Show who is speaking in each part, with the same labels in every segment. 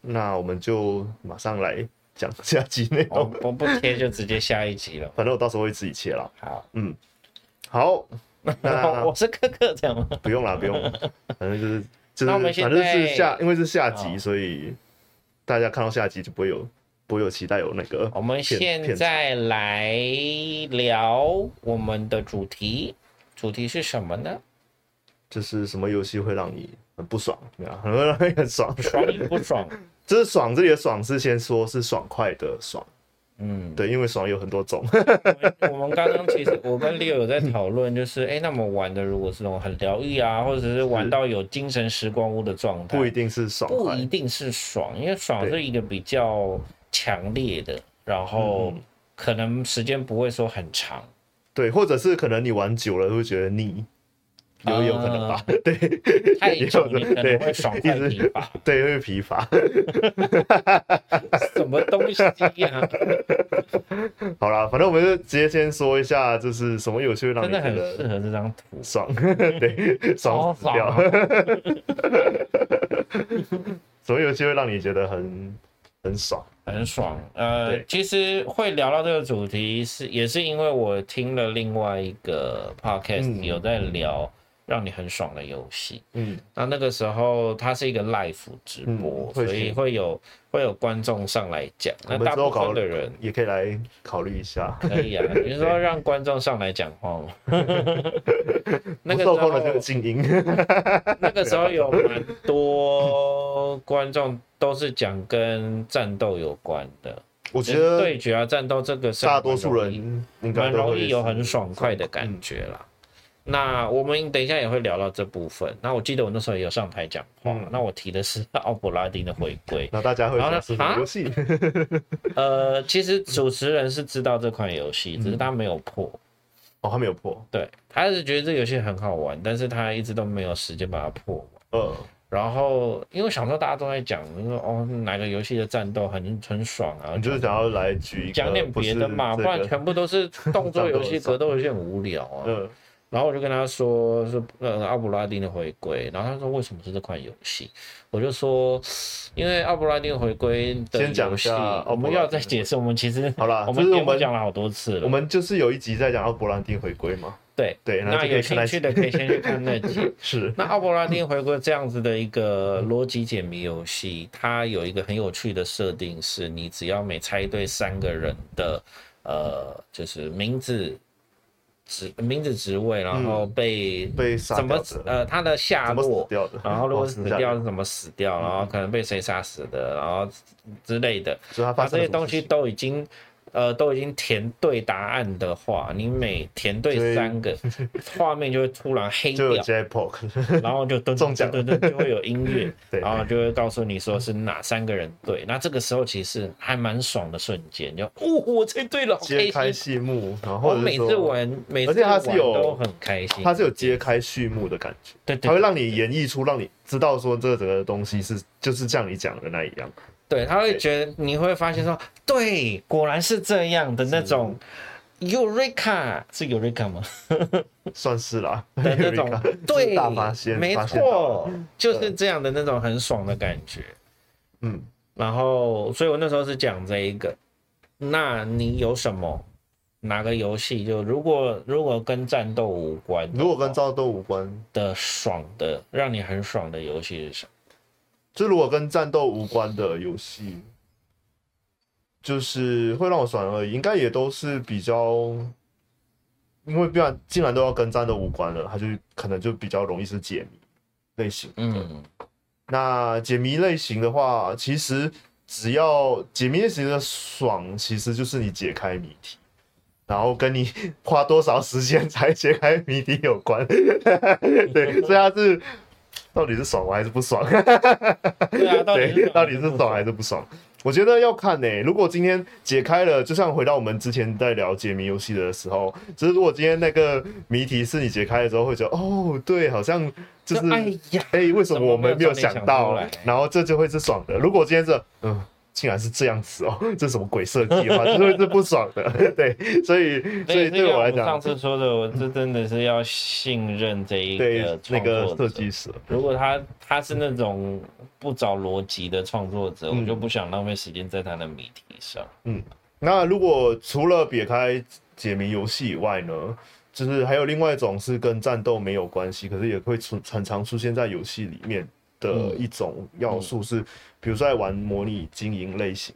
Speaker 1: 那我们就马上来讲下集内
Speaker 2: 我
Speaker 1: 容，
Speaker 2: 不不贴就直接下一集 了。
Speaker 1: 反正我到时候会自己切啦。
Speaker 2: 好，
Speaker 1: 好，那
Speaker 2: 我是柯克，这样吗？
Speaker 1: 不用啦，不用，反正就是就
Speaker 2: 那我们
Speaker 1: 是
Speaker 2: 现
Speaker 1: 反正是
Speaker 2: 在
Speaker 1: 下，因为是下集，
Speaker 2: 好
Speaker 1: 所以大家看到下集就不会有不会有期待有那个
Speaker 2: 我们
Speaker 1: 片
Speaker 2: 现
Speaker 1: 片子
Speaker 2: 在来聊我们的主题，主题是什么呢？
Speaker 1: 就是什么游戏会让你很不爽，对吧？很会让你很爽，
Speaker 2: 爽与不爽？
Speaker 1: 就是爽这里的爽是先说是爽快的爽，
Speaker 2: 嗯，
Speaker 1: 对，因为爽有很多种，
Speaker 2: 我们刚刚其实我跟 Leo 有在讨论，就是哎、诶那么玩的如果是那种很疗愈啊，或者是玩到有精神时光屋的状态，
Speaker 1: 不一定是爽
Speaker 2: 不
Speaker 1: 快
Speaker 2: 一。定是爽，因为爽
Speaker 1: 对
Speaker 2: 是一个比较强烈的，然
Speaker 1: 嗯
Speaker 2: 后可能时间不会说很长，
Speaker 1: 对，或者是可能你玩久了会觉得腻，有有可能
Speaker 2: 啊
Speaker 1: 吧？ 对
Speaker 2: 太久
Speaker 1: 有的
Speaker 2: 你可能会爽快
Speaker 1: 对
Speaker 2: 疲乏，
Speaker 1: 对，会疲乏。
Speaker 2: 什么东西 呀、
Speaker 1: 好啦，反正我们就直接先说一下，就是什么游戏会让
Speaker 2: 真
Speaker 1: 你
Speaker 2: 的
Speaker 1: 觉
Speaker 2: 很适
Speaker 1: 得
Speaker 2: 合这张图，
Speaker 1: 爽，对，爽
Speaker 2: 好
Speaker 1: 死
Speaker 2: 爽
Speaker 1: 掉。
Speaker 2: 啊！
Speaker 1: 什么游戏会让你觉得很很爽？
Speaker 2: 很爽。呃
Speaker 1: 对，
Speaker 2: 其实会聊到这个主题是也是因为我听了另外一个 podcast、
Speaker 1: 嗯
Speaker 2: 有在聊让你很爽的游戏。
Speaker 1: 嗯，
Speaker 2: 那那个时候它是一个 live 直播
Speaker 1: 嗯，会
Speaker 2: 所以
Speaker 1: 是
Speaker 2: 会有会有观众上来讲。
Speaker 1: 我
Speaker 2: 那
Speaker 1: 们
Speaker 2: 大
Speaker 1: 之后
Speaker 2: 部
Speaker 1: 搞
Speaker 2: 分的 人
Speaker 1: 嗯也可以来考虑一下。
Speaker 2: 可以啊，你是说让观众上来讲 话吗？那
Speaker 1: 不
Speaker 2: 个时
Speaker 1: 受控的这个
Speaker 2: 候
Speaker 1: 静 音，
Speaker 2: 那个时候有蛮多观众都是讲跟战斗有关的。
Speaker 1: 我觉
Speaker 2: 就是
Speaker 1: 得
Speaker 2: 对决啊，战斗这个是
Speaker 1: 大多数
Speaker 2: 蛮容
Speaker 1: 人应
Speaker 2: 易
Speaker 1: 该
Speaker 2: 蛮
Speaker 1: 都
Speaker 2: 容
Speaker 1: 会嗯
Speaker 2: 易有很爽快的感觉啦。那我们等一下也会聊到这部分。那我记得我那时候也有上台讲话，
Speaker 1: 嗯。
Speaker 2: 那我提的是奥普拉丁的回归
Speaker 1: 那大家会
Speaker 2: 然后呢
Speaker 1: 想是什么
Speaker 2: 啊
Speaker 1: 游戏？
Speaker 2: 呃，其实主持人是知道这款游戏，
Speaker 1: 嗯
Speaker 2: 只是他没有破。
Speaker 1: 哦，还没有破。
Speaker 2: 对，他是觉得这个游戏很好玩，但是他一直都没有时间把它破完。
Speaker 1: 呃，
Speaker 2: 然后，因为我想说大家都在讲，就说哦哪个游戏的战斗很很爽啊，
Speaker 1: 你就是想要来举一个
Speaker 2: 讲点别的
Speaker 1: 嗯
Speaker 2: 嘛，
Speaker 1: 呃不
Speaker 2: 不
Speaker 1: 是
Speaker 2: 然
Speaker 1: 这个
Speaker 2: 全部都是动作游
Speaker 1: 战斗
Speaker 2: 戏、
Speaker 1: 游戏
Speaker 2: 格斗游戏很无聊啊。
Speaker 1: 呃，
Speaker 2: 然后我就跟他说是呃奥布拉丁的回归，然后他说为什么是这款游戏？我就说因为奥布拉丁回归的
Speaker 1: 先讲
Speaker 2: 游
Speaker 1: 一
Speaker 2: 戏
Speaker 1: 下，
Speaker 2: 我
Speaker 1: 奥布拉
Speaker 2: 们
Speaker 1: 丁
Speaker 2: 要再解释，我们其实
Speaker 1: 好啦
Speaker 2: 我
Speaker 1: 这
Speaker 2: 们
Speaker 1: 是我
Speaker 2: 节目
Speaker 1: 们
Speaker 2: 讲了好多次
Speaker 1: 我
Speaker 2: 了。
Speaker 1: 们就是有一集在讲到勃兰丁回归嘛，
Speaker 2: 对，
Speaker 1: 对，然后
Speaker 2: 那
Speaker 1: 就可
Speaker 2: 有
Speaker 1: 以看
Speaker 2: 兴
Speaker 1: 来
Speaker 2: 趣的可以先去看那集。
Speaker 1: 是
Speaker 2: 那奥布拉丁回归这样子的一个逻辑解谜游戏，它有一个很有趣的设定，是你只要每猜对三个人的呃，就是名字、职名字、职位，然后被、
Speaker 1: 嗯被杀
Speaker 2: 怎么
Speaker 1: 掉
Speaker 2: 死
Speaker 1: 的，
Speaker 2: 呃他的下
Speaker 1: 怎么死
Speaker 2: 落，
Speaker 1: 掉的，
Speaker 2: 然后如果
Speaker 1: 哦
Speaker 2: 死
Speaker 1: 下嗯
Speaker 2: 掉是怎么死掉，然后可能被谁杀死的，然后之类的，
Speaker 1: 所以它
Speaker 2: 把
Speaker 1: 发
Speaker 2: 这
Speaker 1: 生了
Speaker 2: 些
Speaker 1: 什么
Speaker 2: 东
Speaker 1: 事
Speaker 2: 西
Speaker 1: 情
Speaker 2: 都已经。呃，都已经填对答案的话，你每填
Speaker 1: 所以
Speaker 2: 对三 个，画面就会突然黑
Speaker 1: 就有
Speaker 2: 掉，
Speaker 1: J-Pop，
Speaker 2: 然后就噔
Speaker 1: 中奖
Speaker 2: 对对，噔就会有音乐，
Speaker 1: 对
Speaker 2: 然后就会告诉你说是哪三个人对。那这个时候其实还蛮爽的瞬间，就哦，我猜对了，好
Speaker 1: 揭开
Speaker 2: 开心！
Speaker 1: 序幕，然后
Speaker 2: 我
Speaker 1: 或者
Speaker 2: 每
Speaker 1: 说
Speaker 2: 次玩，每次
Speaker 1: 而且它
Speaker 2: 玩
Speaker 1: 是有
Speaker 2: 都很开心，
Speaker 1: 它是有揭开序幕的感觉，
Speaker 2: 对对，
Speaker 1: 它会
Speaker 2: 对
Speaker 1: 让你演绎出，让你知道说这整个东西是就是像你讲的那一样，
Speaker 2: 对，他会觉得你会发现说，对，果然是这样的那种 Eureka 是 Eureka 吗？
Speaker 1: 算是啦，
Speaker 2: 的 那种
Speaker 1: Eureka，就是
Speaker 2: 对，
Speaker 1: 大发现，
Speaker 2: 没
Speaker 1: 发现到
Speaker 2: 错，就是这样的那种很爽的感觉。
Speaker 1: 嗯，
Speaker 2: 然后，所以我那时候是讲这一个。那你有什么哪个游戏就如果如果跟战斗无关
Speaker 1: 如果跟战斗无关，
Speaker 2: 的爽的，让你很爽的游戏是什么？
Speaker 1: 就如果跟战斗无关的游戏，就是会让我爽而已，应该也都是比较，因为不然既然都要跟战斗无关了，它就可能就比较容易是解谜类型。
Speaker 2: 嗯，
Speaker 1: 那解谜类型的话，其实只要解谜类型的爽，其实就是你解开谜题。然后跟你花多少时间才解开谜底有关， 对，所以它是到底是爽我还是不爽？
Speaker 2: 对啊，到底
Speaker 1: 对，
Speaker 2: 是什么
Speaker 1: 到底是爽还是不爽？我觉得要看呢、如果今天解开了，就像回到我们之前在聊解谜游戏的时候，就是如果今天那个谜题是你解开的时候，会觉得哦，对，好像就是
Speaker 2: 哎呀，
Speaker 1: 哎、为什么我们没有想
Speaker 2: 怎么没有早
Speaker 1: 到
Speaker 2: 点想出来？
Speaker 1: 然后这就会是爽的。如果今天是嗯，竟然是这样子哦，这是什么鬼设计的话，就会是不爽的。 对，所以 所以对我来
Speaker 2: 上
Speaker 1: 讲，
Speaker 2: 次说的，我这真的是要信任这一
Speaker 1: 对
Speaker 2: 个
Speaker 1: 那
Speaker 2: 创
Speaker 1: 个
Speaker 2: 作
Speaker 1: 设
Speaker 2: 者。
Speaker 1: 计师，
Speaker 2: 如果他他是那种不找逻辑的创作者，
Speaker 1: 嗯
Speaker 2: 我就不想浪费时间在他的谜题上。
Speaker 1: 那如果除了撇开解谜游戏以外呢，就是还有另外一种是跟战斗没有关系，可是也会出很常出现在游戏里面的一种要素是，比如说在玩模拟经营类型，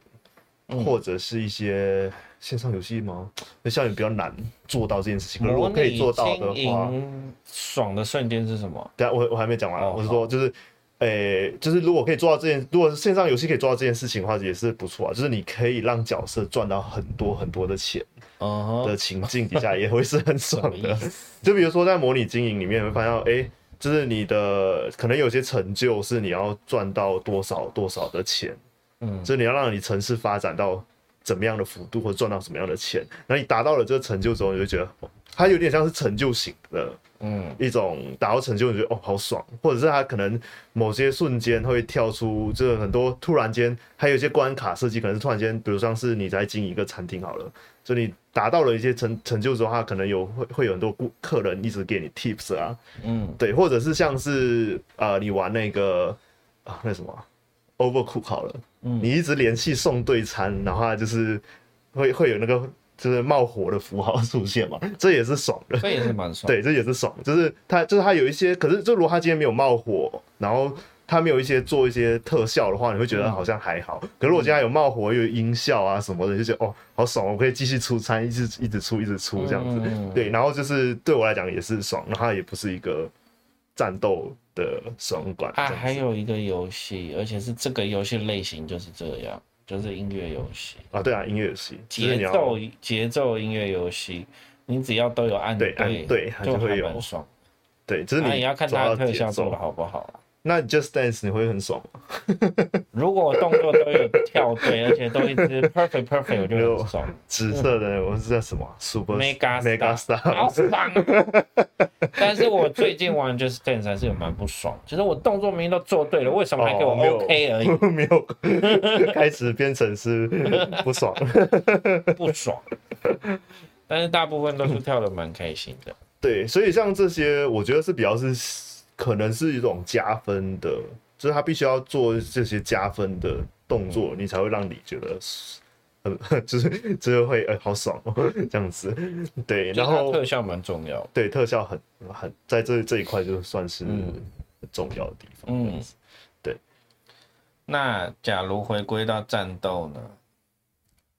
Speaker 2: 嗯
Speaker 1: 或者是一些线上游戏吗？那像你比较难做到这件事情，可是如
Speaker 2: 模
Speaker 1: 果可以
Speaker 2: 拟
Speaker 1: 做到的
Speaker 2: 经
Speaker 1: 话，
Speaker 2: 营爽的瞬间是什么？
Speaker 1: 等下我我还没讲完，
Speaker 2: 哦
Speaker 1: 我是说就是。诶、就是如果可以做到这件，如果是线上游戏可以做到这件事情的话，也是不错啊。就是你可以让角色赚到很多很多的钱，
Speaker 2: 嗯哼，
Speaker 1: 的情境底下也会是很爽
Speaker 2: 什么
Speaker 1: 的
Speaker 2: 意。
Speaker 1: 就比如说在模拟经营里面，你会发现到，哎、就是你的可能有些成就是你要赚到多少多少的钱，
Speaker 2: 嗯
Speaker 1: 就是你要让你城市发展到怎么样的幅度，或者赚到什么样的钱。然后你达到了这个成就之后，你就觉得哦它有点像是成就型的
Speaker 2: 嗯
Speaker 1: 一种达到成就，你觉得哦好爽，或者是它可能某些瞬间会跳出，就是很多突然间，还有一些关卡设计可能是突然间，比如像是你在经营一个餐厅好了，就你达到了一些成成就之后，它可能有会会有很多顾客人一直给你 tips 啊，
Speaker 2: 嗯，
Speaker 1: 对，或者是像是呃你玩那个啊那什么啊 Overcook 好了，
Speaker 2: 嗯
Speaker 1: 你一直连续送对餐，然后它就是会会有那个就是冒火的符号出现嘛，这也是爽的。
Speaker 2: 这也是蛮爽。，
Speaker 1: 对，这也是爽，就是他就是他有一些，可是就如果他今天没有冒火，然后他没有一些做一些特效的话，你会
Speaker 2: 嗯
Speaker 1: 觉得好像还好。可是我今天有冒火，又有音效啊什么的，就觉得哦好爽，我可以继续出餐，一直一直出一直出这样子。
Speaker 2: 嗯
Speaker 1: 对，然后就是对我来讲也是爽，然后它也不是一个战斗的爽感。
Speaker 2: 啊，
Speaker 1: 这样子
Speaker 2: 还有一个游戏，而且是这个游戏类型就是这样，就是音乐游戏，
Speaker 1: 啊，对啊，音乐游戏就是你
Speaker 2: 节
Speaker 1: 要
Speaker 2: 奏节奏音乐游戏，你只要都有按
Speaker 1: 对按对它
Speaker 2: 就
Speaker 1: 就会
Speaker 2: 还
Speaker 1: 有
Speaker 2: 蛮爽。
Speaker 1: 对，就是
Speaker 2: 那
Speaker 1: 你
Speaker 2: 也啊要看
Speaker 1: 抓
Speaker 2: 它
Speaker 1: 到
Speaker 2: 的特
Speaker 1: 节
Speaker 2: 效做
Speaker 1: 奏
Speaker 2: 的。好不好啊。
Speaker 1: 那你 Just Dance 你会很爽吗？
Speaker 2: 如果我动作都有跳对，而且都一直 perfect perfect，我就很爽。
Speaker 1: 紫色的我是叫什么？Super 啊
Speaker 2: Mega
Speaker 1: Mega
Speaker 2: Star，好
Speaker 1: Star
Speaker 2: 爽啊！ 但是我最近玩就是 Dance 还是有蛮不爽，就是我动作明明都做对了，为什么还给我
Speaker 1: 哦没有
Speaker 2: OK 而已？
Speaker 1: 没有 开始编程 师不爽。
Speaker 2: 不 爽。但是大部分都是跳的蛮开心的。
Speaker 1: 对，所以像这些，我觉得是比较是可能是一种加分的，就是他必须要做这些加分的动作，你才会让你觉得是。呃， 就是就是会呃好爽 哦，这样子，对， 然
Speaker 2: 就是它
Speaker 1: 后
Speaker 2: 特效蛮重要的。
Speaker 1: 对特效很很在这这一块就算是很重要的地方，
Speaker 2: 嗯
Speaker 1: 这样子
Speaker 2: 那假如回归到战斗呢？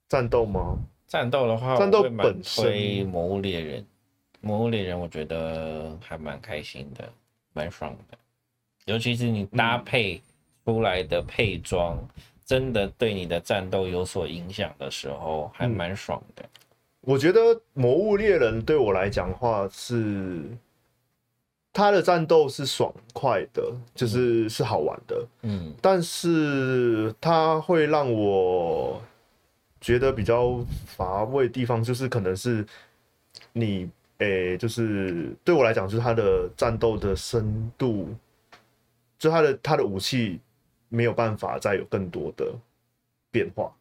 Speaker 1: 战斗吗？
Speaker 2: 战斗的话，
Speaker 1: 战斗
Speaker 2: 我会蛮
Speaker 1: 本身
Speaker 2: 推《魔物猎人》，《魔物猎人》我觉得还蛮开心的，蛮爽的。尤其是你搭配出来的配装，真的对你的战斗有所影响的时候，还蛮爽的。
Speaker 1: 我觉得《魔物猎人》对我来讲的话是，他的战斗是爽快的，就是是好玩的，
Speaker 2: 嗯
Speaker 1: 但是它会让我觉得比较乏味的地方，就是可能是你诶、就是对我来讲，就是它的战斗的深度，就它的它的武器没有办法再有更多的变化。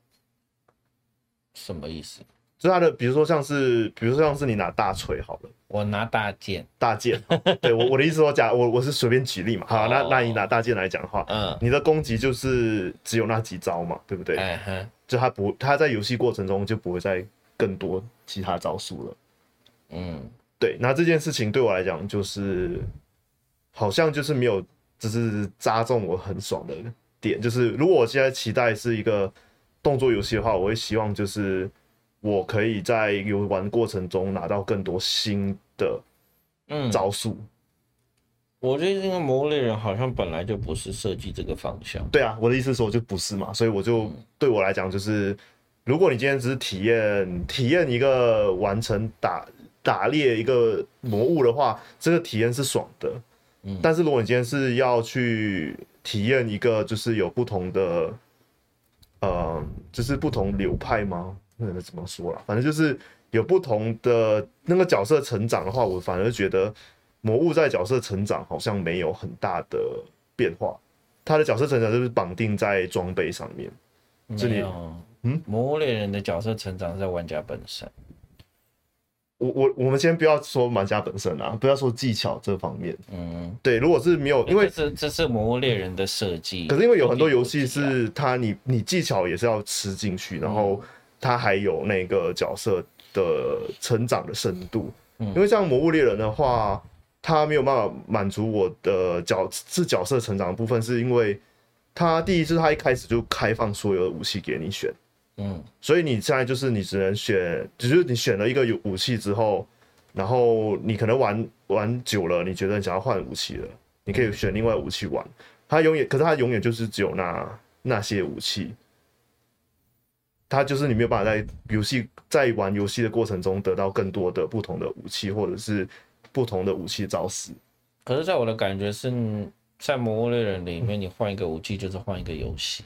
Speaker 2: 什么意思？
Speaker 1: 就它的，比如说像是，比如说像是你拿大锤好了，
Speaker 2: 我拿大剑，
Speaker 1: 大剑， 对我我的意思说假，我我是随便举例嘛，好，
Speaker 2: 哦
Speaker 1: 那那你拿大剑来讲的话，
Speaker 2: 嗯，
Speaker 1: 你的攻击就是只有那几招嘛，对不对？
Speaker 2: 哎哈，
Speaker 1: 就他不，他在游戏过程中就不会再更多其他招数了。
Speaker 2: 嗯
Speaker 1: 对，那这件事情对我来讲就是，好像就是没有，只是扎中我很爽的点。就是如果我现在期待是一个动作游戏的话，我会希望就是我可以在游玩过程中拿到更多新的
Speaker 2: 嗯，
Speaker 1: 招数。
Speaker 2: 我觉得这个《魔物猎人》好像本来就不是设计这个方向。
Speaker 1: 对啊，我的意思是说就不是嘛，所以我就对我来讲就是，如果你今天只是体验体验一个完成打打猎一个魔物的话，这个体验是爽的。
Speaker 2: 嗯
Speaker 1: 但是如果你今天是要去体验一个就是有不同的，呃，就是不同流派吗？那个怎么说啦？反正就是有不同的那个角色成长的话，我反而觉得魔物在角色成长好像没有很大的变化。他的角色成长就是绑定在装备上面，这里
Speaker 2: 没有，
Speaker 1: 嗯，
Speaker 2: 魔物猎人的角色成长是在玩家本身，
Speaker 1: 我我我们先不要说玩家本身啊，不要说技巧这方面。
Speaker 2: 嗯，
Speaker 1: 对，如果是没有，因为
Speaker 2: 这这是魔物猎人的设计，
Speaker 1: 可是因为有很多游戏
Speaker 2: 啊
Speaker 1: 是它你你技巧也是要吃进去，然后它还有那个角色的成长的深度。
Speaker 2: 嗯
Speaker 1: 因为像《魔物猎人》的话，它没有办法满足我的角是角色成长的部分，是因为它第一是它一开始就开放所有的武器给你选，
Speaker 2: 嗯
Speaker 1: 所以你现在就是你只能选，只是你选了一个有武器之后，然后你可能玩玩久了，你觉得你想要换武器了，你可以选另外武器玩。它永远，可是它永远就是只有那那些武器，它就是你没有办法在游戏在玩游戏的过程中得到更多的不同的武器，或者是不同的武器招式。
Speaker 2: 可是在我的感觉是，在魔物猎人里
Speaker 1: 嗯
Speaker 2: 面，你换一个武器就是换一个游戏，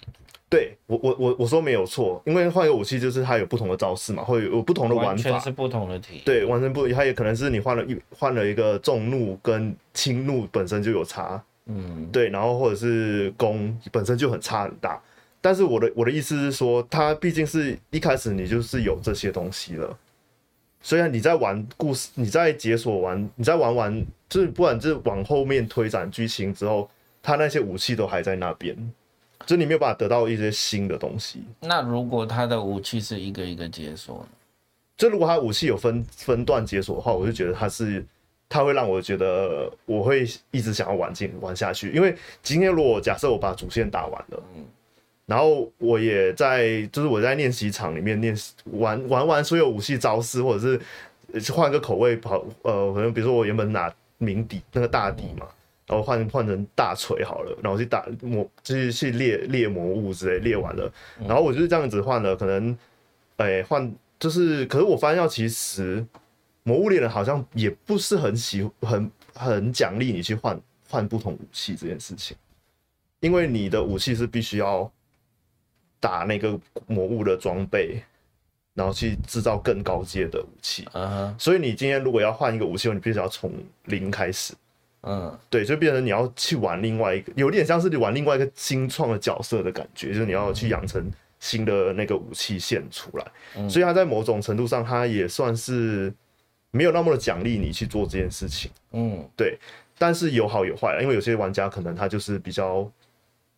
Speaker 1: 对我我我我说没有错，因为换一个武器就是它有不同的招式嘛，会有有不同的玩
Speaker 2: 完
Speaker 1: 法
Speaker 2: 全，是不同的体验。
Speaker 1: 对，完全不，它也可能是你换了一换了一个重怒跟轻怒本身就有差，
Speaker 2: 嗯
Speaker 1: 对，然后或者是攻本身就很差很大。但是我的我的意思是说，它毕竟是一开始你就是有这些东西了。虽然你在玩故事，你在解锁完，你在玩完，就是不管是往后面推展剧情之后，它那些武器都还在那边，就你没有办法得到一些新的东西。
Speaker 2: 那如果他的武器是一个一个解锁呢，
Speaker 1: 就如果它武器有分分段解锁的话，我就觉得它是，它会让我觉得我会一直想要玩进玩下去。因为今天如果假设我把主线打完了，然后我也在就是我在练习场里面练习玩玩完所有武器招式，或者是呃是换个口味跑呃，可能比如说我原本拿鸣笛那个大笛嘛。然后换换成大锤好了，然后去打魔，就是去猎猎魔物之类，猎完了，然后我就是这样子换了，可能哎，换就是，可是我发现到其实《魔物猎人》好像也不是很喜很很奖励你去换换不同武器这件事情，因为你的武器是必须要打那个魔物的装备，然后去制造更高阶的武器。
Speaker 2: 嗯哼，
Speaker 1: 所以你今天如果要换一个武器，你必须要从零开始，
Speaker 2: 嗯
Speaker 1: 对，就变成你要去玩另外一个，有点像是你玩另外一个新创的角色的感觉，就是你要去养成新的那个武器线出来。
Speaker 2: 嗯
Speaker 1: 所以他在某种程度上，他也算是没有那么的奖励你去做这件事情。
Speaker 2: 嗯
Speaker 1: 但是有好有坏啦，因为有些玩家可能他就是比较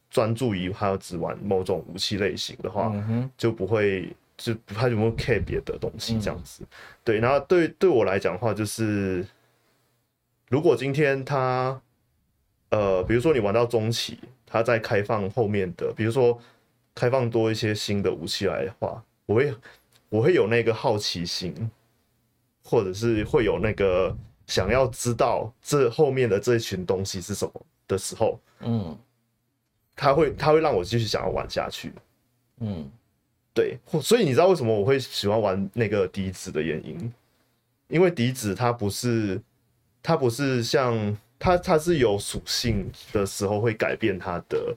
Speaker 1: 专注于他要只玩某种武器类型的话，
Speaker 2: 嗯哼，
Speaker 1: 就不会就不他就不会 care 别的东西这样子。对，然后对对我来讲的话，就是如果今天他呃，比如说你玩到中期，他在开放后面的，比如说开放多一些新的武器来的话，我会我会有那个好奇心，或者是会有那个想要知道这后面的这一群东西是什么的时候，
Speaker 2: 嗯
Speaker 1: 他会他会让我继续想要玩下去。
Speaker 2: 嗯，
Speaker 1: 对，或所以你知道为什么我会喜欢玩那个笛子的原因，因为笛子它不是它不是像它它是有属性的时候会改变它的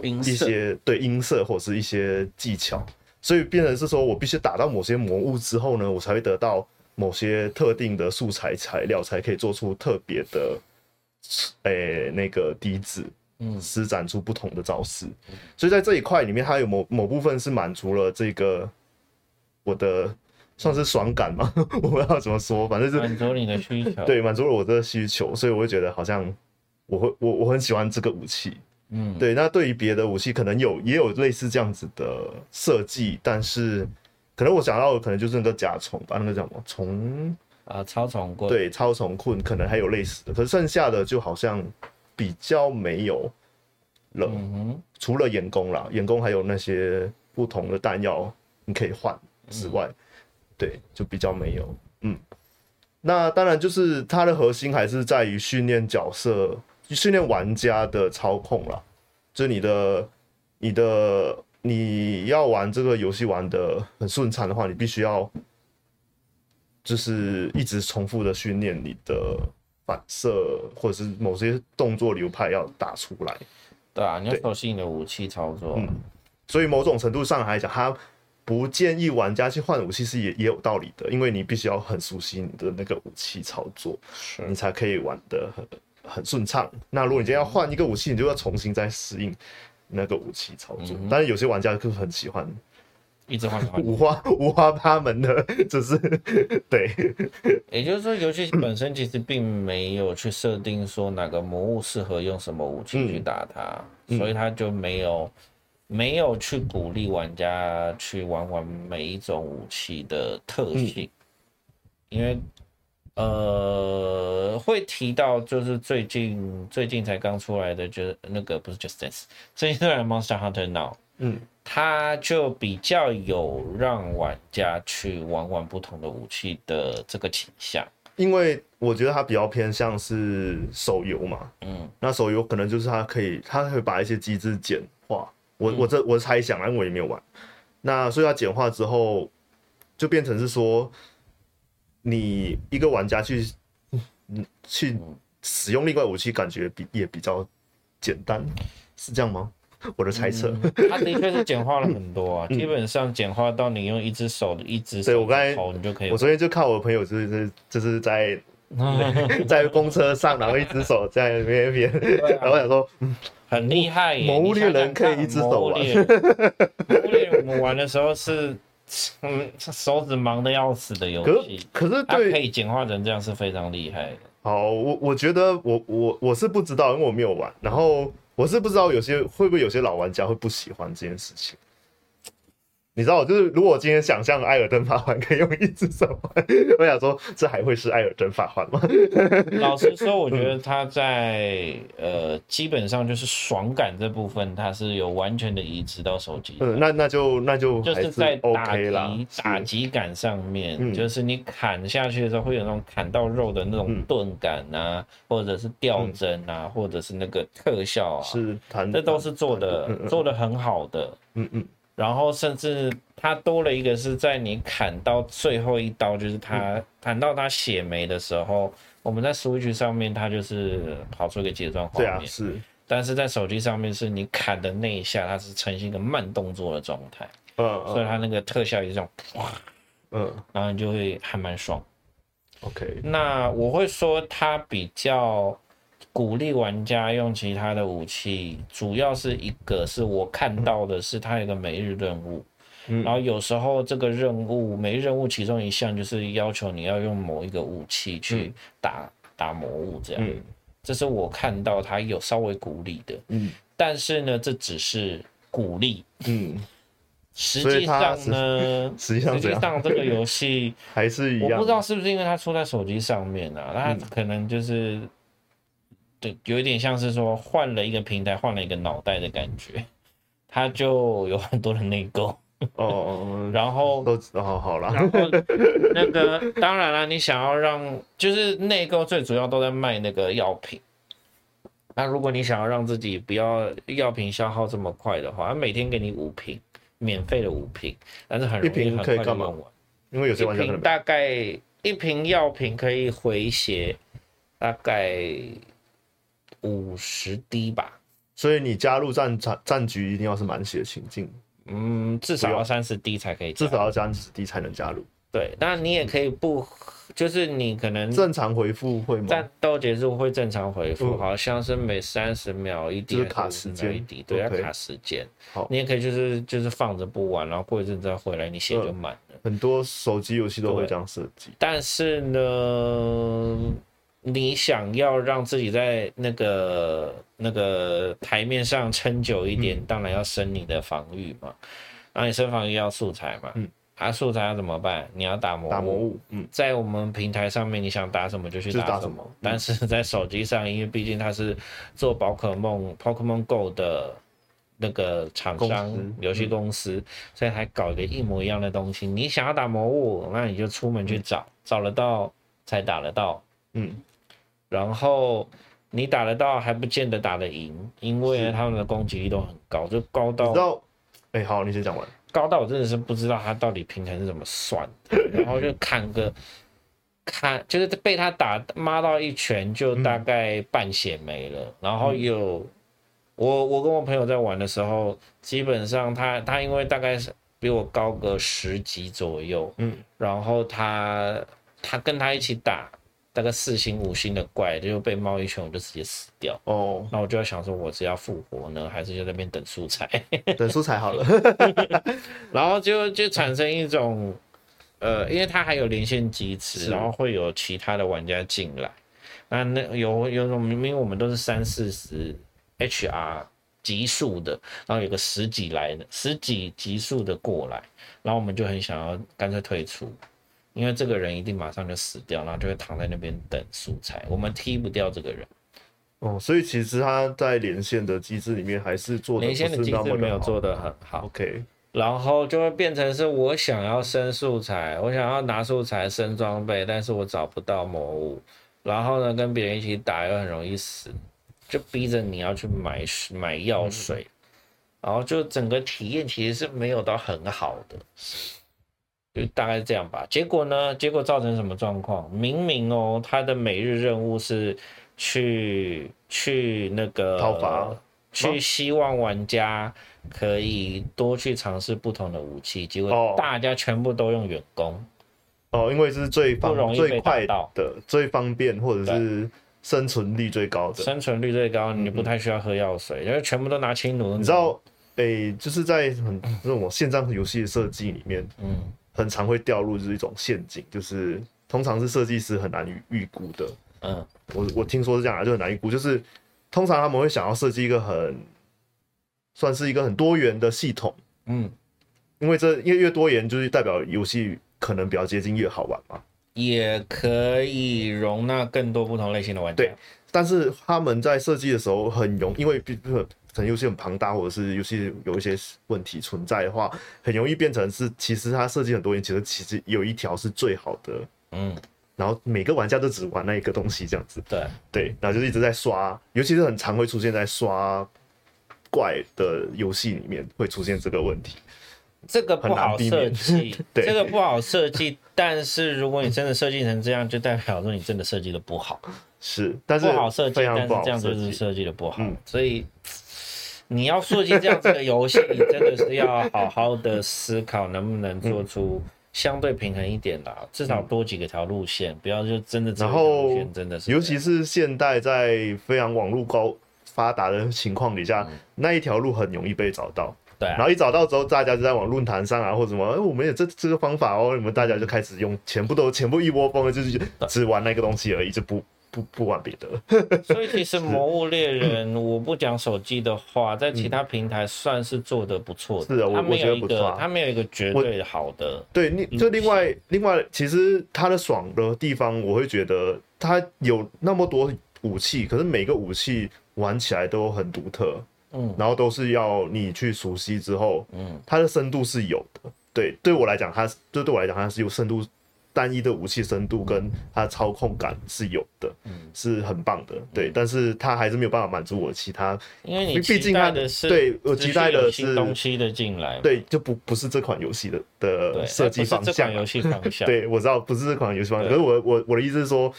Speaker 2: 冰
Speaker 1: 一
Speaker 2: 色
Speaker 1: 些对音色或者是一些技巧，所以变成是说我必须打到某些魔物之后呢，我才会得到某些特定的素材材料，才可以做出特别的诶、那个笛子，
Speaker 2: 嗯
Speaker 1: 施展出不同的招式。所以在这一块里面，它有某某部分是满足了这个我的算是爽感嘛， 我不知道怎么说，反正是
Speaker 2: 满足你的需求，，
Speaker 1: 对满足了我的需求，所以我会觉得好像我会我我很喜欢这个武器。
Speaker 2: 嗯
Speaker 1: 对，那对于别的武器，可能有也有类似这样子的设计，但是可能我想到的可能就是那个甲虫吧，那个叫什么虫？
Speaker 2: 啊，超重棍，，
Speaker 1: 对，超虫困可能还有类似的，可是剩下的就好像比较没有了。
Speaker 2: 嗯哼，
Speaker 1: 除了眼弓啦，眼弓还有那些不同的弹药你可以换
Speaker 2: 嗯
Speaker 1: 之外，对，就比较没有。嗯，那当然就是它的核心还是在于训练角色、训练玩家的操控啦，就是你的、你的、你要玩这个游戏玩的很顺畅的话，你必须要就是一直重复的训练你的。反射或者是某些动作流派要打出来，
Speaker 2: 对啊，你要
Speaker 1: 对
Speaker 2: 熟悉你的武器操作，
Speaker 1: 嗯所以某种程度上来讲，他不建议玩家去换武器是也也有道理的，因为你必须要很熟悉你的那个武器操作，你
Speaker 2: 是，
Speaker 1: 才可以玩得很很顺畅。那如果你今天要换一个武器，你就要重新再适应，那个武器操作。但是有些玩家就是很喜欢
Speaker 2: 一直嗯换换，
Speaker 1: 五花五花八门的， 只是对
Speaker 2: 也就是说，游戏本身其实并没有去设定说哪个魔物适合用什么武器去打它，所以它就没有没有去鼓励玩家去玩玩每一种武器的特性，因为呃会提到就是最近最近才刚出来的，就是那个不是 Just Dance，最近出来的 Monster Hunter Now，
Speaker 1: 嗯，
Speaker 2: 它就比较有让玩家去玩玩不同的武器的这个倾向。
Speaker 1: 因为我觉得它比较偏向是手游嘛，
Speaker 2: 嗯，
Speaker 1: 那手游可能就是它可以，它会把一些机制简化。我我这我是猜想啊，因为我也没有玩。那所以它简化之后，就变成是说，你一个玩家去，嗯，去使用另外武器，感觉比也比较简单，是这样吗？我的猜测。
Speaker 2: 它的确是简化了很多啊，基本上简化到你用一只手的一只
Speaker 1: 嗯
Speaker 2: 手
Speaker 1: 对我刚才
Speaker 2: 指头你就可以
Speaker 1: 我。昨天就看我的朋友就是就是就是在在公车上，然后一只手在那边，然后想说，
Speaker 2: 很厉害耶！
Speaker 1: 魔物猎人
Speaker 2: 你想想看
Speaker 1: 可以一啊只手玩
Speaker 2: 魔物猎人魔物猎人我们玩的时候是，嗯，手指忙的要死的游
Speaker 1: 可是
Speaker 2: 戏，
Speaker 1: 可是
Speaker 2: 它
Speaker 1: 对
Speaker 2: 可以简化成这样是非常厉害的。
Speaker 1: 好，我我觉得我我我是不知道，因为我没有玩。然后我是不知道有些会不会有些老玩家会不喜欢这件事情。你知道，就是如果我今天想象艾尔登法环可以用一只手 玩，我想说这还会是艾尔登法环吗？
Speaker 2: 老实说，我觉得它在呃，基本上就是爽感这部分，它是有完全的移植到手机的。
Speaker 1: 嗯，那那就那就
Speaker 2: 就
Speaker 1: 还
Speaker 2: 是在打
Speaker 1: OK 啦
Speaker 2: 击。
Speaker 1: 是
Speaker 2: 打击感上面，
Speaker 1: 嗯
Speaker 2: 就是你砍下去的时候会有那种砍到肉的那种
Speaker 1: 嗯
Speaker 2: 钝感啊，或者是掉帧啊，或者是那个特效啊，
Speaker 1: 是谈
Speaker 2: 这都是做的
Speaker 1: 嗯嗯
Speaker 2: 做的很好的。
Speaker 1: 嗯嗯
Speaker 2: 然后甚至它多了一个是在你砍到最后一刀，就是它、
Speaker 1: 嗯
Speaker 2: 砍到它血没的时候，我们在 Switch 上面它就是跑出一个结算画
Speaker 1: 对
Speaker 2: 面，
Speaker 1: 啊是
Speaker 2: 但是在手机上面是你砍的那一下，它是呈现一个慢动作的状态。
Speaker 1: 嗯
Speaker 2: 所以
Speaker 1: 嗯
Speaker 2: 它那个特效也是这种，
Speaker 1: 嗯
Speaker 2: 然后你就会还蛮爽。
Speaker 1: OK
Speaker 2: 那我会说它比较鼓励玩家用其他的武器，主要是一个是我看到的是它有一个每日任务，
Speaker 1: 嗯
Speaker 2: 然后有时候这个任务每日任务其中一项就是要求你要用某一个武器去打、打魔物这样，
Speaker 1: 嗯
Speaker 2: 这是我看到它有稍微鼓励的，
Speaker 1: 嗯
Speaker 2: 但是呢这只是鼓励，
Speaker 1: 嗯，
Speaker 2: 实
Speaker 1: 所以
Speaker 2: 际
Speaker 1: 它
Speaker 2: 上呢。
Speaker 1: 实际上
Speaker 2: 实
Speaker 1: 这
Speaker 2: 际
Speaker 1: 样
Speaker 2: 上，这个游戏
Speaker 1: 还是一
Speaker 2: 我
Speaker 1: 样嗯
Speaker 2: 不知，道是不是因为它出在手机上面啊，那它可能就是，对，有一点像是说换了一个平台，换了一个脑袋的感觉， 它就有很多的内购，
Speaker 1: 哦哦
Speaker 2: 然后
Speaker 1: 哦，都哦好啦，
Speaker 2: 然后那个 当然了，你想要让就是内购最主要都在卖那个药品。那如果你想要让自己不要药品消耗这么快的话，它每天给你五瓶免费的五瓶，但是很容
Speaker 1: 一
Speaker 2: 易
Speaker 1: 瓶
Speaker 2: 很
Speaker 1: 可以
Speaker 2: 快就
Speaker 1: 干嘛
Speaker 2: 用完。
Speaker 1: 因为有些
Speaker 2: 一
Speaker 1: 玩家可能
Speaker 2: 瓶大概一瓶药品可以回血大概五十滴吧，
Speaker 1: 所以你加入战战战局一定要是满血情境，
Speaker 2: 嗯，至少
Speaker 1: 不
Speaker 2: 要
Speaker 1: 用
Speaker 2: 三十滴才可以加。
Speaker 1: 至少要加十滴才能加入。
Speaker 2: 对，那你也可以不，就是你可能
Speaker 1: 正常回复会吗？
Speaker 2: 嗯战斗结束会正常回复，
Speaker 1: 嗯
Speaker 2: 好像是每三十秒一滴，
Speaker 1: 就是卡时间
Speaker 2: 一滴，对，要
Speaker 1: OK
Speaker 2: 卡时间。
Speaker 1: 好
Speaker 2: 你也可以就是就是放着不玩，然后过一阵再回来，你血
Speaker 1: 嗯
Speaker 2: 就满了。
Speaker 1: 很多手机游戏都会这样设计。
Speaker 2: 但是呢，你想要让自己在那个那个台面上撑久一
Speaker 1: 嗯
Speaker 2: 点，当然要升你的防御嘛。然后你升防御要素材嘛，
Speaker 1: 嗯，
Speaker 2: 啊，素材要怎么办？你要打魔
Speaker 1: 打魔
Speaker 2: 物。
Speaker 1: 物，嗯，
Speaker 2: 在我们平台上面，你想打什么就去
Speaker 1: 就是打
Speaker 2: 打什
Speaker 1: 什
Speaker 2: 么
Speaker 1: 么嗯。
Speaker 2: 但是在手机上，因为毕竟它是做宝可梦 Pokemon Go 的那个厂商
Speaker 1: 公司嗯
Speaker 2: 游戏公司，所以还搞一个一模一样的东西。你想要打魔物，那你就出门去找，找得到才打得到。
Speaker 1: 嗯，
Speaker 2: 然后你打得到还不见得打得赢，因为呢他们的攻击力都很高，就高
Speaker 1: 你
Speaker 2: 到
Speaker 1: 知道？哎、好，你先讲完。
Speaker 2: 高到我真的是不知道他到底平衡是怎么算的，然后就砍个砍，就是被他打骂到一拳就大概半血没了，然后有我我跟我朋友在玩的时候，基本上他他因为大概是比我高个十级左右，
Speaker 1: 嗯，
Speaker 2: 然后他他跟他一起打。大概四星五星的怪，就被猫一拳我就直接死掉。
Speaker 1: 哦，
Speaker 2: 那我就在想说，我是要复活呢，还是就在那边等素材？
Speaker 1: 等哦素材好 了。
Speaker 2: 然后就就产生一种，呃，因为它还有连线机制，
Speaker 1: 是
Speaker 2: 然后会有其他的玩家进来。那那有有种明明我们都是三四十 HR 级数的，然后有个十几来的十几级数的过来，然后我们就很想要干脆退出，因为这个人一定马上就死掉，然后就会躺在那边等素材，我们踢不掉这个人。
Speaker 1: 哦，所以其实他在连线的机制里面还是做的
Speaker 2: 连
Speaker 1: 不
Speaker 2: 线的
Speaker 1: 是
Speaker 2: 机
Speaker 1: 那
Speaker 2: 制
Speaker 1: 么
Speaker 2: 没有
Speaker 1: 的
Speaker 2: 做
Speaker 1: 好。
Speaker 2: 得很好。
Speaker 1: OK，
Speaker 2: 然后就会变成是我想要升素材，我想要拿素材升装备，但是我找不到魔物，然后呢跟别人一起打又很容易死，就逼着你要去买水买药水，
Speaker 1: 嗯
Speaker 2: 然后就整个体验其实是没有到很好的，就大概这样吧。结果呢，结果造成什么状况？明明哦，他的每日任务是去去那个
Speaker 1: 讨伐
Speaker 2: 去希望玩家可以多去尝试不同的武器，结果
Speaker 1: 哦
Speaker 2: 大家全部都用远攻，
Speaker 1: 哦，因为这是最
Speaker 2: 不容
Speaker 1: 方
Speaker 2: 易
Speaker 1: 最
Speaker 2: 被
Speaker 1: 快
Speaker 2: 打到
Speaker 1: 的、最方便或者是生存率最高的。
Speaker 2: 生存率最高，你不太需要喝药水，因为全部都拿轻弩。
Speaker 1: 你知道，诶、就是在很这种线上游戏的设计里面，
Speaker 2: 嗯，
Speaker 1: 很常会掉入就是一种陷阱，就是通常是设计师很难预预估的。
Speaker 2: 嗯
Speaker 1: 我我听说是这样啊，就很难预估，就是通常他们会想要设计一个很算是一个很多元的系统，
Speaker 2: 嗯，
Speaker 1: 因为这因为越多元就是代表游戏可能比较接近越好玩嘛。
Speaker 2: 也可以容纳更多不同类型的玩家。
Speaker 1: 对但是他们在设计的时候很容，因为毕可能游戏很庞大，或者是游戏有一些问题存在的话，很容易变成是其实它设计很多元，其实其实有一条是最好的，
Speaker 2: 嗯，
Speaker 1: 然后每个玩家都只玩那一个东西这样子。
Speaker 2: 对，
Speaker 1: 对，然后就是一直在刷，尤其是很常会出现在刷怪的游戏里面会出现这个问题。
Speaker 2: 这个不
Speaker 1: 很难
Speaker 2: 好
Speaker 1: 避
Speaker 2: 设
Speaker 1: 免
Speaker 2: 计，
Speaker 1: 对
Speaker 2: 这个不好设计。但是如果你真的设计成这样，就代表说你真的设计的不好，
Speaker 1: 是，但是
Speaker 2: 不好设计，
Speaker 1: 非常
Speaker 2: 但是
Speaker 1: 不好
Speaker 2: 这样
Speaker 1: 设
Speaker 2: 就是
Speaker 1: 计。
Speaker 2: 设计的不好。
Speaker 1: 嗯
Speaker 2: 所以你要设计这样子的游戏，你真的是要好好的思考能不能做出
Speaker 1: 嗯
Speaker 2: 相对平衡一点啦，至少多几个条路线，不要就真的只有一
Speaker 1: 然
Speaker 2: 条路
Speaker 1: 后
Speaker 2: 线真的是这样，
Speaker 1: 尤其是现代在非常网络高发达的情况底下，那一条路很容易被找到。
Speaker 2: 对啊
Speaker 1: 然后一找到之后，大家就在网论坛上啊，或者什么，哎、我们也这这个方法哦，你们大家就开始用，全部都全部一窝蜂的，就是只玩那个东西而已，就不不不玩别的了。
Speaker 2: 所以其实《魔物猎人》，我不讲手机的话，在其他平台算是做的不错的。
Speaker 1: 嗯是啊我
Speaker 2: 它
Speaker 1: 我
Speaker 2: 没有
Speaker 1: 觉得
Speaker 2: 一
Speaker 1: 不
Speaker 2: 个
Speaker 1: 错，
Speaker 2: 它没有一个绝对好的。
Speaker 1: 对，另就另外另外，其实它的爽的地方，我会觉得它有那么多武器，可是每个武器玩起来都很独特，
Speaker 2: 嗯，
Speaker 1: 然后都是要你去熟悉之后，
Speaker 2: 嗯，
Speaker 1: 它的深度是有的。对，对我来讲，它对对我来讲，它是有深度，单一的武器深度跟它的操控感是有的，
Speaker 2: 嗯
Speaker 1: 是很棒的。对，但是它还是没有办法满足我其他，
Speaker 2: 因为你
Speaker 1: 毕毕
Speaker 2: 期
Speaker 1: 竟
Speaker 2: 待
Speaker 1: 它
Speaker 2: 的是，
Speaker 1: 对我
Speaker 2: 持续
Speaker 1: 期待的
Speaker 2: 有新
Speaker 1: 是
Speaker 2: 东西的进来嘛，
Speaker 1: 对，就不不是这款游戏的
Speaker 2: 对，
Speaker 1: 的设计
Speaker 2: 而不是
Speaker 1: 方
Speaker 2: 这
Speaker 1: 向
Speaker 2: 款。游戏方 向，
Speaker 1: 对，我知道不是这款游戏方式，
Speaker 2: 对
Speaker 1: 可是我我我的意思是说，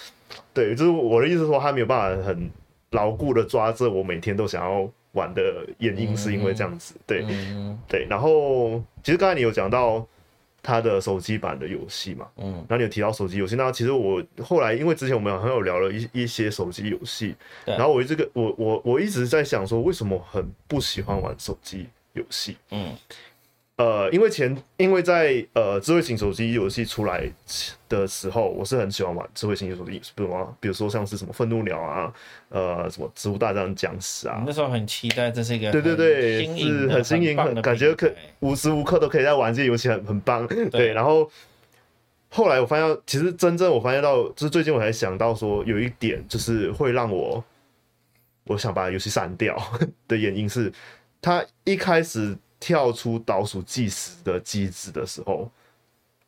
Speaker 1: 对，就是我的意思是说，他没有办法很牢固的抓着我每天都想要玩的原因，是因为这样子。对、
Speaker 2: 嗯
Speaker 1: 对，然后其实刚才你有讲到他的手机版的游戏嘛，
Speaker 2: 嗯，
Speaker 1: 然后你有提到手机游戏，那其实我后来因为之前我们好像有聊了一一些手机游戏，
Speaker 2: 对
Speaker 1: 然后我这个我我我一直在想说，为什么很不喜欢玩手机游戏？
Speaker 2: 嗯，
Speaker 1: 呃，因为前因为在呃智慧型手机游戏出来的时候，我是很喜欢玩智慧型手机，比如啊，比如说像是什么愤怒鸟啊，呃，什么植物大战僵尸
Speaker 2: 我
Speaker 1: 啊
Speaker 2: 们，那时候很期待，这是一个
Speaker 1: 对对对，
Speaker 2: 新颖
Speaker 1: 是
Speaker 2: 的、
Speaker 1: 很新颖，
Speaker 2: 棒
Speaker 1: 很
Speaker 2: 的
Speaker 1: 感觉
Speaker 2: 平
Speaker 1: 可
Speaker 2: 台
Speaker 1: 无时无刻都可以在玩这些游戏，很很棒。对，然后后来我发现到，其实真正我发现到，就是最近我才想到说，有一点就是会让我我想把游戏删掉 的原因是，它一开始跳出倒数计时的机制的时候，